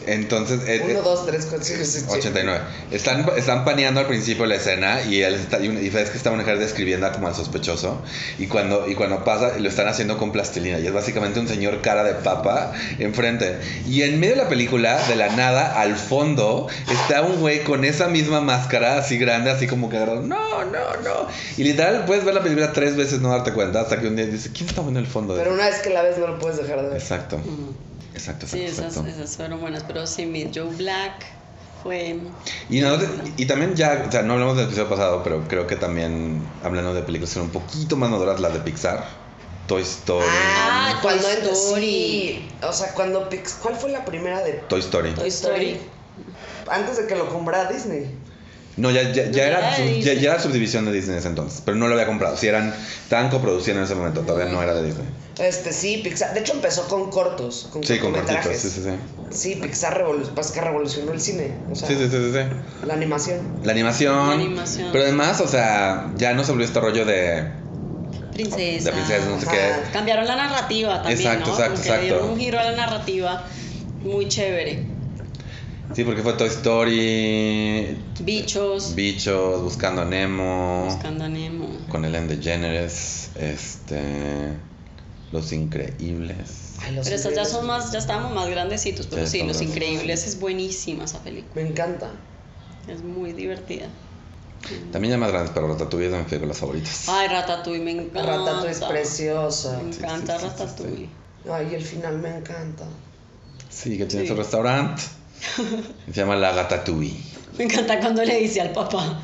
[SPEAKER 3] Entonces... eh, eh,
[SPEAKER 2] Uno, dos, tres, cuatro, cinco, seis, siete.
[SPEAKER 3] 89. Están, están paneando al principio la escena y él está, y, una- y ves que está una mujer describiendo como al sospechoso y cuando, y cuando pasa lo están haciendo con plastilina y es básicamente un señor cara de papa enfrente. Y en medio de la película, de la nada, al fondo, está un güey con esa misma máscara así grande, así como que agarrado, no, no, no. Y literal, puedes ver la película tres veces, no darte cuenta, hasta que un día dices, ¿quién está en el fondo? de
[SPEAKER 2] Pero
[SPEAKER 3] esto?".
[SPEAKER 2] una vez que la ves no lo puedes dejar de ver.
[SPEAKER 3] Exacto,
[SPEAKER 1] Mm.
[SPEAKER 3] exacto, exacto.
[SPEAKER 1] Sí, esas,
[SPEAKER 3] exacto.
[SPEAKER 1] esas fueron buenas, pero sí, Meet Joe Black fue...
[SPEAKER 3] Y, nosotros- y también ya, o sea, no hablamos del episodio pasado, pero creo que también hablando de películas que son un poquito más maduras, las de Pixar, Toy Story,
[SPEAKER 1] Ah, Toy
[SPEAKER 2] cuando entra-
[SPEAKER 1] Story.
[SPEAKER 2] sí. O sea, cuando Pix- ¿Cuál fue la primera de
[SPEAKER 3] Toy Story.
[SPEAKER 1] Toy Story.
[SPEAKER 2] antes de que lo comprara Disney?
[SPEAKER 3] No, ya, ya, ya
[SPEAKER 1] Era
[SPEAKER 3] era,
[SPEAKER 1] de
[SPEAKER 3] sub- ya,
[SPEAKER 1] Disney.
[SPEAKER 3] ya era subdivisión de Disney en ese entonces, pero no lo había comprado. Si eran tan coproduciendo en ese momento, todavía no era de Disney.
[SPEAKER 2] Este sí, Pixar. De hecho empezó con cortos, con
[SPEAKER 3] Sí, con cortitos,
[SPEAKER 2] cortometrajes.
[SPEAKER 3] sí, sí, sí.
[SPEAKER 2] Sí, Pixar revolu- pasa que revolucionó el cine, o sea,
[SPEAKER 3] Sí, sí, sí, sí, sí.
[SPEAKER 2] la animación.
[SPEAKER 3] La animación,
[SPEAKER 1] La animación.
[SPEAKER 3] Pero además, o sea, ya no se volvió este rollo de.
[SPEAKER 1] Princesa.
[SPEAKER 3] De princesa, no sé
[SPEAKER 2] Ajá.
[SPEAKER 3] qué.
[SPEAKER 1] Cambiaron la narrativa también,
[SPEAKER 3] Exacto,
[SPEAKER 1] ¿no?
[SPEAKER 3] exacto,
[SPEAKER 1] Como que
[SPEAKER 3] exacto.
[SPEAKER 1] dieron un giro a la narrativa muy chévere.
[SPEAKER 3] Sí, porque fue Toy Story,
[SPEAKER 1] Bichos,
[SPEAKER 3] Bichos, Buscando a Nemo.
[SPEAKER 1] buscando a Nemo.
[SPEAKER 3] con Ellen DeGeneres, este, Los Increíbles.
[SPEAKER 2] Ay, los
[SPEAKER 1] Pero esas ya
[SPEAKER 2] increíbles.
[SPEAKER 1] son más, ya estábamos más grandecitos, pero
[SPEAKER 3] Ya
[SPEAKER 1] pues, sí,
[SPEAKER 3] estamos
[SPEAKER 1] Los
[SPEAKER 3] grandes.
[SPEAKER 1] Increíbles es buenísima esa película.
[SPEAKER 2] Me encanta.
[SPEAKER 1] Es muy divertida.
[SPEAKER 3] También ya más grandes, pero Ratatouille es de mis películas favoritas.
[SPEAKER 1] Ay, Ratatouille me encanta.
[SPEAKER 2] Ratatouille es preciosa.
[SPEAKER 1] Me
[SPEAKER 3] sí,
[SPEAKER 1] encanta
[SPEAKER 3] sí, sí,
[SPEAKER 1] Ratatouille.
[SPEAKER 3] sí.
[SPEAKER 2] Ay, el final me encanta.
[SPEAKER 3] Sí, que tiene
[SPEAKER 1] Sí.
[SPEAKER 3] su restaurante. Se llama La Gatatouille.
[SPEAKER 1] Me encanta cuando le dice al papá,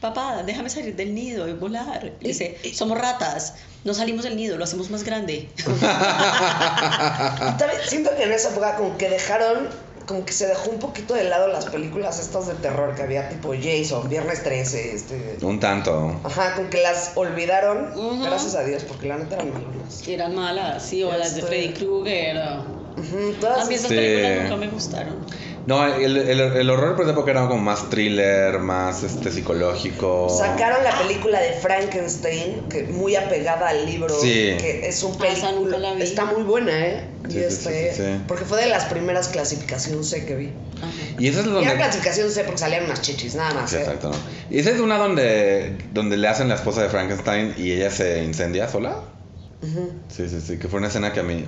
[SPEAKER 1] papá, déjame salir del nido y
[SPEAKER 3] Eh,
[SPEAKER 1] volar. Le dice, somos ratas, no salimos del nido, lo hacemos más grande.
[SPEAKER 3] *laughs*
[SPEAKER 2] Y también siento que en esa época como que dejaron, como que se dejó un poquito de lado las películas estas de terror que había tipo Jason, Viernes 13, este...
[SPEAKER 3] Un tanto.
[SPEAKER 2] Ajá, como que las olvidaron,
[SPEAKER 1] Ujú.
[SPEAKER 2] gracias a Dios, porque la neta eran malas.
[SPEAKER 1] Eran malas, sí, o
[SPEAKER 2] Ya
[SPEAKER 1] las de
[SPEAKER 2] estoy.
[SPEAKER 1] Freddy Krueger. o-
[SPEAKER 2] Ujú,
[SPEAKER 1] A
[SPEAKER 2] todas
[SPEAKER 1] mí esas
[SPEAKER 3] Sí.
[SPEAKER 1] películas nunca me gustaron.
[SPEAKER 3] No, el, el, el horror por esa época era como más thriller, más este psicológico.
[SPEAKER 2] Sacaron la película de Frankenstein, que muy apegada al libro,
[SPEAKER 3] Sí.
[SPEAKER 2] que es un
[SPEAKER 1] Ah, esa nunca la
[SPEAKER 2] película.
[SPEAKER 1] vi.
[SPEAKER 2] Está muy buena, ¿eh?
[SPEAKER 3] Sí,
[SPEAKER 2] y
[SPEAKER 3] sí,
[SPEAKER 2] este,
[SPEAKER 3] sí, sí, sí.
[SPEAKER 2] porque fue de las primeras clasificación C que vi.
[SPEAKER 1] Ajá.
[SPEAKER 3] Y esa es
[SPEAKER 2] Y
[SPEAKER 3] donde...
[SPEAKER 2] era clasificación C porque salían unas chichis, nada más.
[SPEAKER 3] Sí,
[SPEAKER 2] ¿eh?
[SPEAKER 3] exacto, ¿no? Y esa es una donde, donde le hacen la esposa de Frankenstein y ella se incendia sola.
[SPEAKER 2] Ujú,
[SPEAKER 3] Sí, sí, sí, que fue una escena que a mí...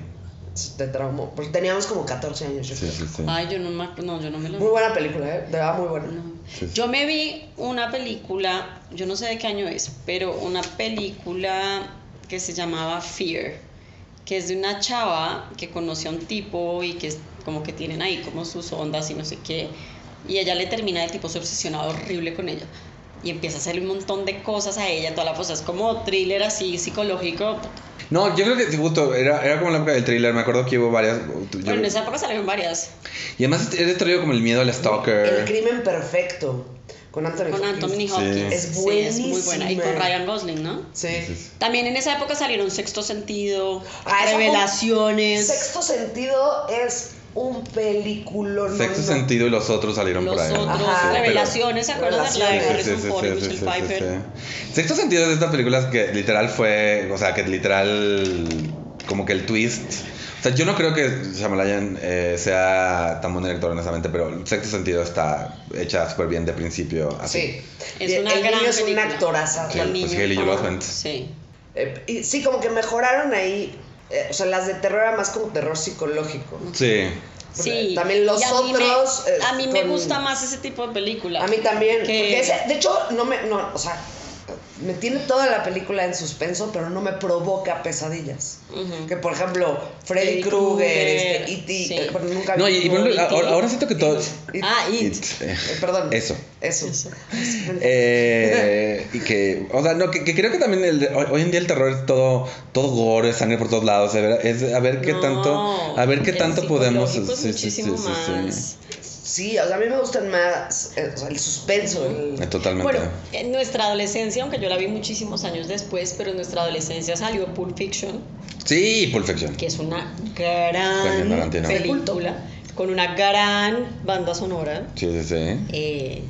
[SPEAKER 2] sí, Te traumó. Porque teníamos como 14 años, yo
[SPEAKER 3] Sí,
[SPEAKER 2] creo.
[SPEAKER 3] sí, sí.
[SPEAKER 1] Ay, yo no, me ac- no, yo no me lo
[SPEAKER 2] Muy buena película, ¿eh? De verdad, muy buena.
[SPEAKER 1] No.
[SPEAKER 3] Sí, sí.
[SPEAKER 1] Yo me vi una película, yo no sé de qué año es, pero una película que se llamaba Fear, que es de una chava que conoce a un tipo y que es como que tienen ahí como sus ondas y no sé qué, y ella le termina, el tipo se obsesiona horrible con ella. Y empieza a hacerle un montón de cosas a ella, toda la cosa. Es como thriller así, psicológico.
[SPEAKER 3] No, yo creo que sí, justo, era, era como la época del thriller, me acuerdo que hubo varias... yo-
[SPEAKER 1] Bueno, en esa época salieron varias.
[SPEAKER 3] Y además es traído como el miedo al
[SPEAKER 2] El
[SPEAKER 3] stalker.
[SPEAKER 2] crimen perfecto. Con Anthony
[SPEAKER 1] Con
[SPEAKER 2] Hopkins.
[SPEAKER 1] Anthony Hopkins.
[SPEAKER 2] Es
[SPEAKER 1] sí, es muy buena. Y con
[SPEAKER 2] buenísima.
[SPEAKER 1] Ryan Gosling, ¿no?
[SPEAKER 2] Sí.
[SPEAKER 3] Sí, sí.
[SPEAKER 1] También en esa época salieron Sexto Sentido,
[SPEAKER 2] Ah, esa fue-
[SPEAKER 1] Revelaciones,
[SPEAKER 2] Sexto sentido es un película.
[SPEAKER 3] Sexto sentido y los otros salieron
[SPEAKER 1] Los
[SPEAKER 3] por ahí.
[SPEAKER 1] otros,
[SPEAKER 2] Ajá.
[SPEAKER 3] pero-
[SPEAKER 1] Revelaciones, ¿se acuerdan de la de
[SPEAKER 2] Revelaciones,
[SPEAKER 1] Alison Ford y Michelle Pfeiffer?
[SPEAKER 3] sí. Sexto sentido es de estas películas que literal fue, o sea, que literal, como que el twist. O sea, yo no creo que Shyamalan eh, sea tan buen director, honestamente, pero el sexto sentido está hecha súper bien de principio. Así.
[SPEAKER 2] Sí.
[SPEAKER 1] Es
[SPEAKER 2] Y
[SPEAKER 1] una
[SPEAKER 2] el
[SPEAKER 1] gran
[SPEAKER 2] niño es un
[SPEAKER 1] película.
[SPEAKER 2] actorazo.
[SPEAKER 3] Sí, pues Haley Joel Osment.
[SPEAKER 1] Sí.
[SPEAKER 2] Eh, y sí, como que mejoraron ahí. eh, o sea, las de terror era más como terror psicológico.
[SPEAKER 3] Sí.
[SPEAKER 1] Sí.
[SPEAKER 2] También los
[SPEAKER 1] Y a mí me-
[SPEAKER 2] otros, eh,
[SPEAKER 1] a mí me
[SPEAKER 2] con-
[SPEAKER 1] gusta más ese tipo de película.
[SPEAKER 2] A mí
[SPEAKER 1] Que-
[SPEAKER 2] también. porque ese- de hecho, no me. No, o sea, me tiene toda la película en suspenso, pero no me provoca pesadillas.
[SPEAKER 1] Ujú.
[SPEAKER 2] Que por ejemplo, Freddy
[SPEAKER 1] Freddy
[SPEAKER 2] Krueger,
[SPEAKER 1] Krueger,
[SPEAKER 2] este, E.T.
[SPEAKER 1] sí.
[SPEAKER 2] eh, bueno, nunca
[SPEAKER 3] No, y,
[SPEAKER 2] vi.
[SPEAKER 3] y por ejemplo, ahora, ahora siento que todo.
[SPEAKER 2] It.
[SPEAKER 1] Ah, It.
[SPEAKER 3] It, eh,
[SPEAKER 2] Eh, perdón.
[SPEAKER 3] Eso.
[SPEAKER 2] Eso.
[SPEAKER 1] Eso.
[SPEAKER 3] Eh, y que, o sea, no, que, que creo que también el- hoy, hoy en día el terror es todo, todo gore, sangre por todos lados, a ver, es a ver qué
[SPEAKER 1] No,
[SPEAKER 3] tanto, a ver qué
[SPEAKER 1] el
[SPEAKER 3] tanto podemos.
[SPEAKER 1] psicológico es muchísimo más.
[SPEAKER 2] Sí, Sí, o sea, a mí me gustan más eh, o sea, el suspenso. el-
[SPEAKER 3] Eh, Totalmente.
[SPEAKER 1] Bueno, en nuestra adolescencia, aunque yo la vi muchísimos años después, pero en nuestra adolescencia salió Pulp Fiction,
[SPEAKER 3] sí, Pulp Fiction.
[SPEAKER 1] que es una
[SPEAKER 3] Quentin
[SPEAKER 1] gran
[SPEAKER 3] Tarantino.
[SPEAKER 1] película con una gran banda sonora.
[SPEAKER 3] Sí, sí, sí.
[SPEAKER 1] Eh,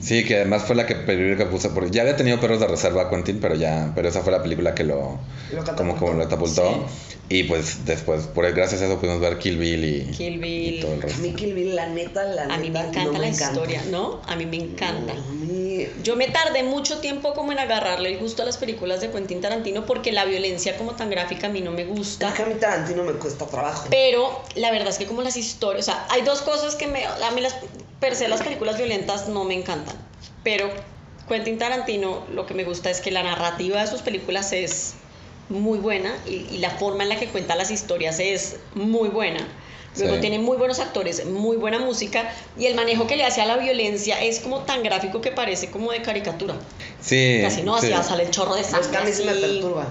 [SPEAKER 3] Sí, que además fue la que primero que puse porque ya había tenido Perros de Reserva Quentin, pero ya, pero esa fue la película que lo
[SPEAKER 2] Lo
[SPEAKER 3] como
[SPEAKER 2] catapultó.
[SPEAKER 3] como lo catapultó y pues después por gracias a eso pudimos ver Kill Bill y,
[SPEAKER 1] Kill
[SPEAKER 3] y todo el
[SPEAKER 1] Bill.
[SPEAKER 2] A
[SPEAKER 3] resto.
[SPEAKER 2] mí Kill Bill, la neta, la
[SPEAKER 1] A mí me
[SPEAKER 2] neta, no
[SPEAKER 1] encanta la
[SPEAKER 2] encanta.
[SPEAKER 1] historia, ¿no? A mí me encanta.
[SPEAKER 2] A mí-
[SPEAKER 1] Yo me tardé mucho tiempo como en agarrarle el gusto a las películas de Quentin Tarantino porque la violencia como tan gráfica a mí no me gusta.
[SPEAKER 2] Es que a mí Tarantino me cuesta trabajo.
[SPEAKER 1] Pero la verdad es que como las historias, o sea, hay dos cosas que me, a mí las, per se las películas violentas no me encantan, pero Quentin Tarantino lo que me gusta es que la narrativa de sus películas es muy buena y, y la forma en la que cuenta las historias es muy buena. Luego
[SPEAKER 3] Sí.
[SPEAKER 1] tiene muy buenos actores, muy buena música y el manejo que le hace a la violencia es como tan gráfico que parece como de caricatura.
[SPEAKER 3] Sí.
[SPEAKER 1] Casi no,
[SPEAKER 3] sí.
[SPEAKER 1] así sale el chorro de
[SPEAKER 2] Es que
[SPEAKER 1] sangre.
[SPEAKER 2] a mí se me
[SPEAKER 1] así.
[SPEAKER 2] perturba.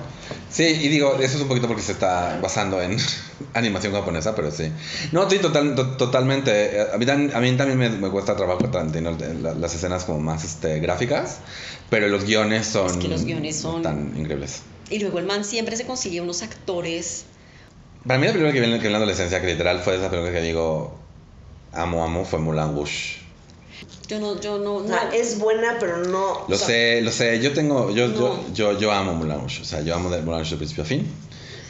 [SPEAKER 3] Sí, y digo, eso es un poquito porque se está basando en *laughs* animación japonesa, pero sí. No, sí, total, to- totalmente. Eh, A mí, tan- a mí también me, me cuesta trabajo Tarantino, de- la- las escenas como más este, gráficas, pero los guiones son...
[SPEAKER 1] Es que los guiones son-
[SPEAKER 3] Tan increíbles.
[SPEAKER 1] Y luego el man siempre se consigue unos actores
[SPEAKER 3] Para mí la película que vi en que vi en la adolescencia, que literal fue esa película que digo, amo, amo, fue Mulan Wush.
[SPEAKER 1] Yo no, yo no,
[SPEAKER 2] O
[SPEAKER 1] no.
[SPEAKER 2] sea, es buena, pero no.
[SPEAKER 3] Lo
[SPEAKER 2] o sea,
[SPEAKER 3] sé, lo sé, yo tengo, yo, yo,
[SPEAKER 1] No.
[SPEAKER 3] yo, yo amo Mulan Rouge, o sea, yo amo de Mulan Rouge de principio a fin.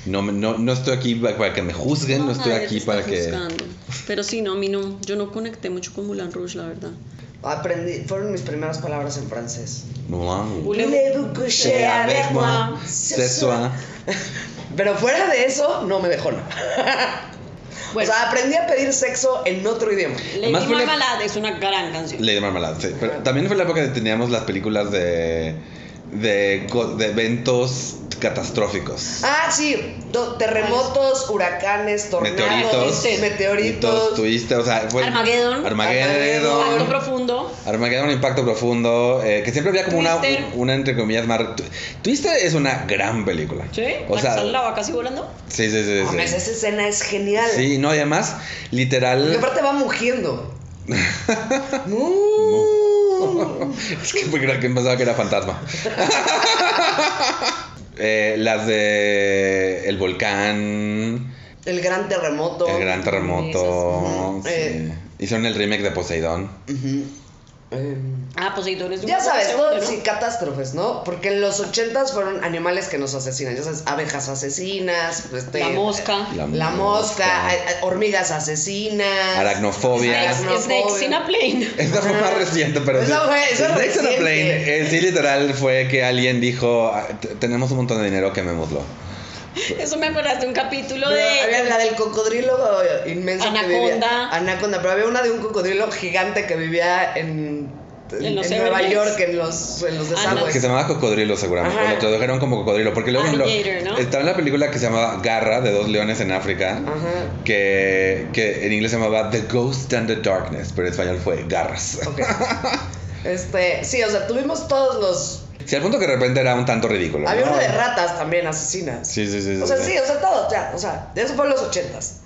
[SPEAKER 3] No, me- no, no estoy aquí pa- para que me juzguen, no, estoy
[SPEAKER 1] nadie te
[SPEAKER 3] aquí
[SPEAKER 1] está
[SPEAKER 3] para que...
[SPEAKER 1] juzgando. Pero sí, no, a mí no. Yo no conecté mucho con Moulin Rouge, la verdad.
[SPEAKER 2] Aprendí, fueron mis primeras palabras en francés.
[SPEAKER 3] Mulan Rouge.
[SPEAKER 1] Voulez-
[SPEAKER 2] Voulez-vous coucher avec moi
[SPEAKER 3] Ce soir.
[SPEAKER 2] Pero fuera de eso, no me dejó nada.
[SPEAKER 1] Bueno,
[SPEAKER 2] O sea, aprendí a pedir sexo en otro idioma.
[SPEAKER 1] Lady
[SPEAKER 3] además fue la-
[SPEAKER 1] Marmalade es una gran canción.
[SPEAKER 3] Lady Marmalade, sí. Pero también fue la época que teníamos las películas de, de, co- de eventos catastróficos.
[SPEAKER 2] Ah, sí, do- terremotos, huracanes, tornados,
[SPEAKER 3] Meteoritos,
[SPEAKER 2] Este,
[SPEAKER 1] tuviste.
[SPEAKER 2] meteoritos.
[SPEAKER 3] tuviste, o sea, fue-
[SPEAKER 1] Armageddon.
[SPEAKER 3] Armageddon.
[SPEAKER 1] Pacto profundo.
[SPEAKER 3] Armageddon, Impacto Profundo, eh, que siempre había como una,
[SPEAKER 1] Twister.
[SPEAKER 3] una, entre comillas, más... Tw- Twister es una gran película.
[SPEAKER 1] ¿Sí?
[SPEAKER 3] O
[SPEAKER 1] la que
[SPEAKER 3] sea,
[SPEAKER 1] sale la vaca así volando.
[SPEAKER 3] sí, sí, sí.
[SPEAKER 2] No mames,
[SPEAKER 3] sí.
[SPEAKER 2] esa escena es genial.
[SPEAKER 3] Sí, no, y además,
[SPEAKER 2] Y
[SPEAKER 3] literal.
[SPEAKER 2] aparte va
[SPEAKER 3] *laughs*
[SPEAKER 2] mugiendo. Mm.
[SPEAKER 3] *laughs* Es que porque era- que pensaba que era fantasma. *laughs* Eh, las de El Volcán,
[SPEAKER 2] El gran terremoto.
[SPEAKER 3] El Gran Terremoto.
[SPEAKER 2] Esas, ujú.
[SPEAKER 3] sí. Hicieron el remake de Poseidón.
[SPEAKER 2] Ujú. Em,
[SPEAKER 1] Ah, Poseidón es de un
[SPEAKER 2] Ya
[SPEAKER 1] poco
[SPEAKER 2] sabes,
[SPEAKER 1] de
[SPEAKER 2] todo,
[SPEAKER 1] segundo,
[SPEAKER 2] sí, catástrofes, ¿no? Porque en los ochentas fueron animales que nos asesinan. Ya sabes, abejas asesinas, este,
[SPEAKER 1] La mosca.
[SPEAKER 2] la, mosca, ay, ay, hormigas asesinas.
[SPEAKER 3] Aracnofobia.
[SPEAKER 1] Snakes,
[SPEAKER 2] Aracnofobia.
[SPEAKER 1] Snakes in a plane.
[SPEAKER 3] Esta fue más reciente, pero
[SPEAKER 2] Esa
[SPEAKER 3] sí.
[SPEAKER 2] fue- esa es
[SPEAKER 3] Snakes on a
[SPEAKER 2] reciente.
[SPEAKER 3] Plane, eh, sí, literal, fue que alguien dijo, "Ah, t- tenemos un montón de dinero, quemémoslo.
[SPEAKER 1] *laughs* Eso me acordaste un capítulo
[SPEAKER 2] Había
[SPEAKER 1] de.
[SPEAKER 2] la del cocodrilo inmenso que vivía.
[SPEAKER 1] Anaconda.
[SPEAKER 2] Anaconda. Pero había una de un cocodrilo gigante que vivía en,
[SPEAKER 1] En los
[SPEAKER 2] Nueva
[SPEAKER 1] Everglades. Ah,
[SPEAKER 2] York, en los, en los
[SPEAKER 3] Que
[SPEAKER 2] desagües.
[SPEAKER 3] se llamaba Cocodrilo, seguramente.
[SPEAKER 2] Ah, pues. Ajá.
[SPEAKER 3] O lo tradujeron como Cocodrilo. Porque luego lo-
[SPEAKER 1] Alligator, ¿no?
[SPEAKER 3] estaba en la película que se llamaba Garra, de dos leones en África.
[SPEAKER 2] Ah, Ajá.
[SPEAKER 3] Que, que en inglés se llamaba The Ghost and the Darkness, pero en español fue Garras.
[SPEAKER 2] Ok. Este, sí, o sea, tuvimos todos los.
[SPEAKER 3] *laughs* Sí, al punto que de repente era un tanto ridículo.
[SPEAKER 2] Había
[SPEAKER 3] ¿no?
[SPEAKER 2] una de ratas también asesinas.
[SPEAKER 3] Sí, sí, sí.
[SPEAKER 2] O sea, sí, o sea, todo, ya, o sea, eso fue en los ochentas.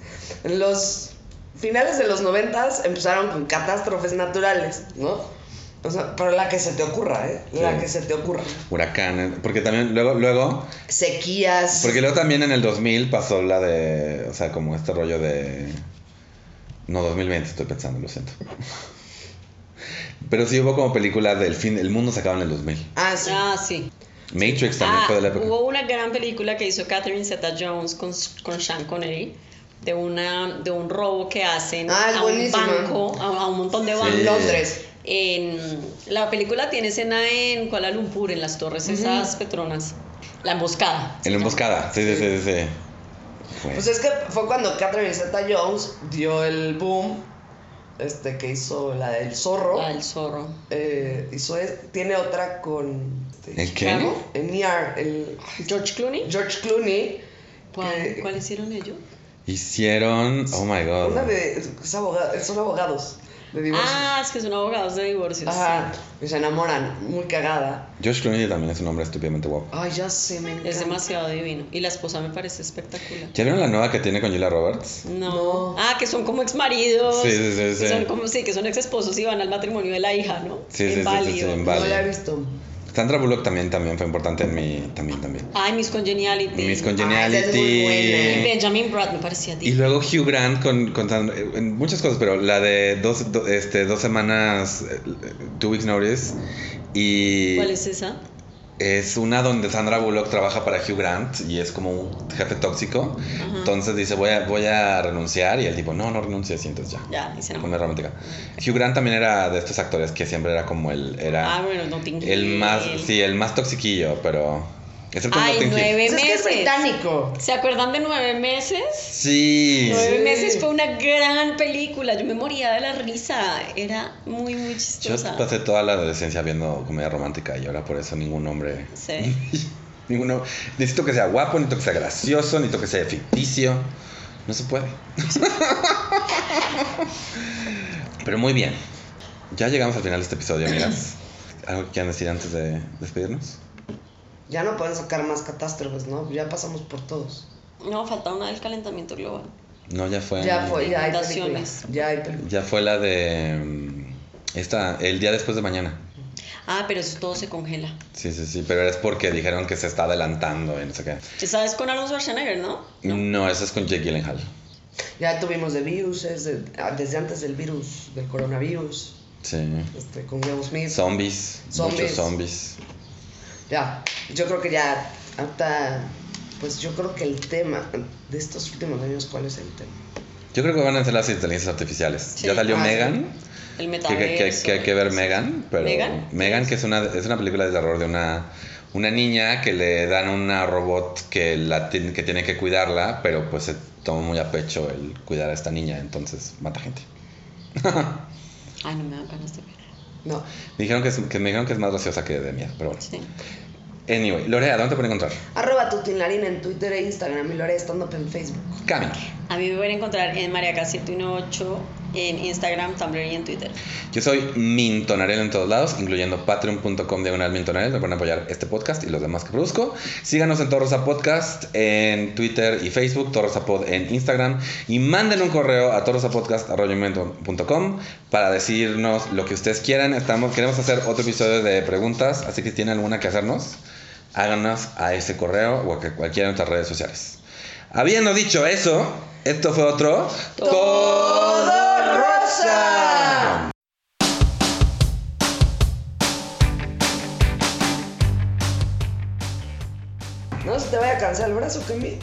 [SPEAKER 2] En los finales de los noventas empezaron con catástrofes naturales, ¿no? O sea, pero la que se te ocurra, ¿eh? La
[SPEAKER 3] Sí.
[SPEAKER 2] que se te ocurra.
[SPEAKER 3] Huracanes. eh, Porque también, luego, luego
[SPEAKER 2] Sequías.
[SPEAKER 3] Porque luego también en el 2000 pasó la de. O sea, como este rollo de. No, 2020 estoy pensando, lo siento. *laughs* Pero sí hubo como películas del fin. El mundo se acaba en el 2000.
[SPEAKER 2] Ah, sí.
[SPEAKER 1] Ah, sí.
[SPEAKER 3] Matrix también
[SPEAKER 1] Ah,
[SPEAKER 3] fue de la época.
[SPEAKER 1] hubo una gran película que hizo Catherine Zeta Jones con, con Sean Connery de una de un robo que hacen
[SPEAKER 2] Ah, es
[SPEAKER 1] a
[SPEAKER 2] buenísima.
[SPEAKER 1] un banco, a, a un montón de
[SPEAKER 3] Sí.
[SPEAKER 2] En
[SPEAKER 1] bancos.
[SPEAKER 2] Londres.
[SPEAKER 1] En, la película tiene escena en Kuala Lumpur, en las torres esas Petronas. La emboscada.
[SPEAKER 3] En la emboscada. Sí, sí, sí, sí. sí. Fue.
[SPEAKER 2] Pues es que fue cuando Catherine Zeta Jones dio el boom. Este que hizo la del zorro.
[SPEAKER 1] La del zorro.
[SPEAKER 2] Eh, hizo es- tiene otra con. este,
[SPEAKER 3] ¿El qué?
[SPEAKER 1] ¿Cómo?
[SPEAKER 2] En ER, el
[SPEAKER 1] George Clooney.
[SPEAKER 2] George Clooney.
[SPEAKER 1] ¿Cuál,
[SPEAKER 2] que-
[SPEAKER 1] cuál hicieron ellos?
[SPEAKER 3] Hicieron. Oh my god.
[SPEAKER 2] Una de. Es abogado, son abogados. de divorcios.
[SPEAKER 1] Ah, es que son abogados de divorcios.
[SPEAKER 2] Ajá, que se enamoran, muy cagada.
[SPEAKER 3] George Clooney también es un hombre estúpidamente guapo.
[SPEAKER 2] Ay, ya sé, me encanta.
[SPEAKER 1] Es demasiado divino. Y la esposa me parece espectacular.
[SPEAKER 3] ¿Ya vieron la nueva que tiene con Julia Roberts?
[SPEAKER 1] No.
[SPEAKER 2] No.
[SPEAKER 1] Ah, que son como exmaridos.
[SPEAKER 3] Sí, sí, sí,
[SPEAKER 1] que
[SPEAKER 3] sí.
[SPEAKER 1] Son como, sí, que son ex esposos y van al matrimonio de la hija, ¿no?
[SPEAKER 3] Sí,
[SPEAKER 1] En
[SPEAKER 3] sí, sí, sí,
[SPEAKER 1] Bali,
[SPEAKER 3] sí,
[SPEAKER 1] ¿o?
[SPEAKER 3] en
[SPEAKER 2] No la he
[SPEAKER 3] Bali.
[SPEAKER 2] visto.
[SPEAKER 3] Sandra Bullock también, también fue importante en mi... También, también.
[SPEAKER 1] Ay, Miss Congeniality.
[SPEAKER 3] Miss
[SPEAKER 2] esa es muy
[SPEAKER 1] Y
[SPEAKER 2] buena.
[SPEAKER 3] Congeniality.
[SPEAKER 1] Benjamin Brad me parecía
[SPEAKER 3] Y
[SPEAKER 1] divino.
[SPEAKER 3] luego Hugh Grant con, con Sandra- en muchas cosas, pero la de dos, do- este, dos semanas, eh, two weeks notice, y
[SPEAKER 1] ¿Cuál es esa?
[SPEAKER 3] es una donde Sandra Bullock trabaja para Hugh Grant y es como un jefe tóxico,
[SPEAKER 1] Ajá.
[SPEAKER 3] entonces dice voy a, voy a renunciar y él tipo, no, no renuncies, y entonces ya.
[SPEAKER 1] Ya, dice no.
[SPEAKER 3] Una romántica. Hugh Grant también era de estos actores que siempre era como el,
[SPEAKER 1] Ah,
[SPEAKER 3] era
[SPEAKER 1] bueno, no Notting
[SPEAKER 3] el
[SPEAKER 1] Hill.
[SPEAKER 3] más, sí, el más toxiquillo, pero... Excepto en
[SPEAKER 1] Ay,
[SPEAKER 3] Notting Hill.
[SPEAKER 1] nueve
[SPEAKER 2] Pues Es que es
[SPEAKER 1] meses.
[SPEAKER 2] británico.
[SPEAKER 1] ¿Se acuerdan de nueve meses?
[SPEAKER 3] Sí.
[SPEAKER 1] Nueve
[SPEAKER 2] Sí.
[SPEAKER 1] meses fue una gran película. Yo me moría de la risa. Era muy, muy
[SPEAKER 3] Yo
[SPEAKER 1] chistosa.
[SPEAKER 3] pasé toda la adolescencia viendo comedia romántica y ahora por eso ningún hombre.
[SPEAKER 1] Sí.
[SPEAKER 3] Ninguno. Necesito que sea guapo, necesito que sea gracioso, necesito que sea ficticio. No se puede. *laughs* Pero muy bien. Ya llegamos al final de este episodio,
[SPEAKER 1] *clears throat*
[SPEAKER 3] miras. ¿Algo que quieran decir antes de despedirnos?
[SPEAKER 2] Ya no pueden sacar más catástrofes, ¿no? Ya pasamos por todos.
[SPEAKER 1] No, falta una del calentamiento global.
[SPEAKER 3] No, ya fue.
[SPEAKER 2] Ya fue, ya hay
[SPEAKER 1] Inundaciones.
[SPEAKER 2] películas. Ya hay películas.
[SPEAKER 3] Ya fue la de. mm, Esta, el día después de mañana.
[SPEAKER 1] Ah, pero eso todo se congela.
[SPEAKER 3] Sí, sí, sí, pero es porque dijeron que se está adelantando y no sé qué.
[SPEAKER 1] Esa es con Arnold Schwarzenegger, ¿no?
[SPEAKER 3] No, eso es con Jake Gyllenhaal.
[SPEAKER 2] Ya tuvimos de virus, desde, desde antes del virus, del coronavirus,
[SPEAKER 3] Sí.
[SPEAKER 2] este, con Will Smith.
[SPEAKER 3] Zombies,
[SPEAKER 2] Zombies.
[SPEAKER 3] muchos zombies.
[SPEAKER 2] Ya, yo creo que ya, hasta, pues yo creo que el tema de estos últimos años, ¿cuál es el tema?
[SPEAKER 3] Yo creo que van a ser las inteligencias artificiales.
[SPEAKER 1] Sí.
[SPEAKER 3] ya salió
[SPEAKER 2] Ah,
[SPEAKER 3] Megan,
[SPEAKER 1] El
[SPEAKER 3] que, que- que-
[SPEAKER 1] metaverso.
[SPEAKER 3] que hay que ver Megan, pero
[SPEAKER 1] ¿Megan?
[SPEAKER 3] Megan, que es una, es una película de terror de una, una niña que le dan una robot que, la, ti- que tiene que cuidarla, pero pues se toma muy a pecho el cuidar a esta niña, entonces mata gente.
[SPEAKER 1] Ay, no me dan ganas de ver.
[SPEAKER 2] No,
[SPEAKER 3] Dijeron que, es- que me dijeron que es más graciosa que de miedo, pero bueno.
[SPEAKER 1] Sí.
[SPEAKER 3] Anyway, Lorea, ¿dónde te pueden encontrar?
[SPEAKER 2] arroba tutinlarín en Twitter e Instagram y lo haré estando up en Facebook.
[SPEAKER 3] Cami.
[SPEAKER 1] A mí me pueden encontrar en Mariaca718 en Instagram, Tumblr y en Twitter.
[SPEAKER 3] Yo soy Mintonarel en todos lados, incluyendo patreon.com diagonal Mintonarel. Me pueden apoyar este podcast y los demás que produzco. Síganos en Torrosa Podcast en Twitter y Facebook, Torrosa Pod en Instagram. Y manden un correo a torrosapodcast.com para decirnos lo que ustedes quieran. Estamos, queremos hacer otro episodio de preguntas, así que si tienen alguna que hacernos, háganos a ese correo o a que- cualquiera de nuestras redes sociales. Habiendo dicho eso, esto fue otro.
[SPEAKER 2] ¡Todo rosa! No se te vaya a cansar el brazo, Cami.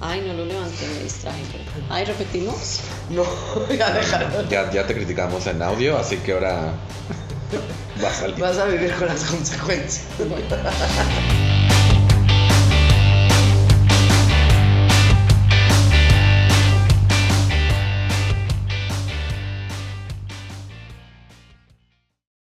[SPEAKER 1] Ay, no lo levanté, me distraje. pero- Ay, repetimos.
[SPEAKER 2] No, *laughs* ya déjalo.
[SPEAKER 3] Ya, ya te criticamos en audio, así que ahora va a salir.
[SPEAKER 2] Vas a vivir con las consecuencias.
[SPEAKER 1] Bueno.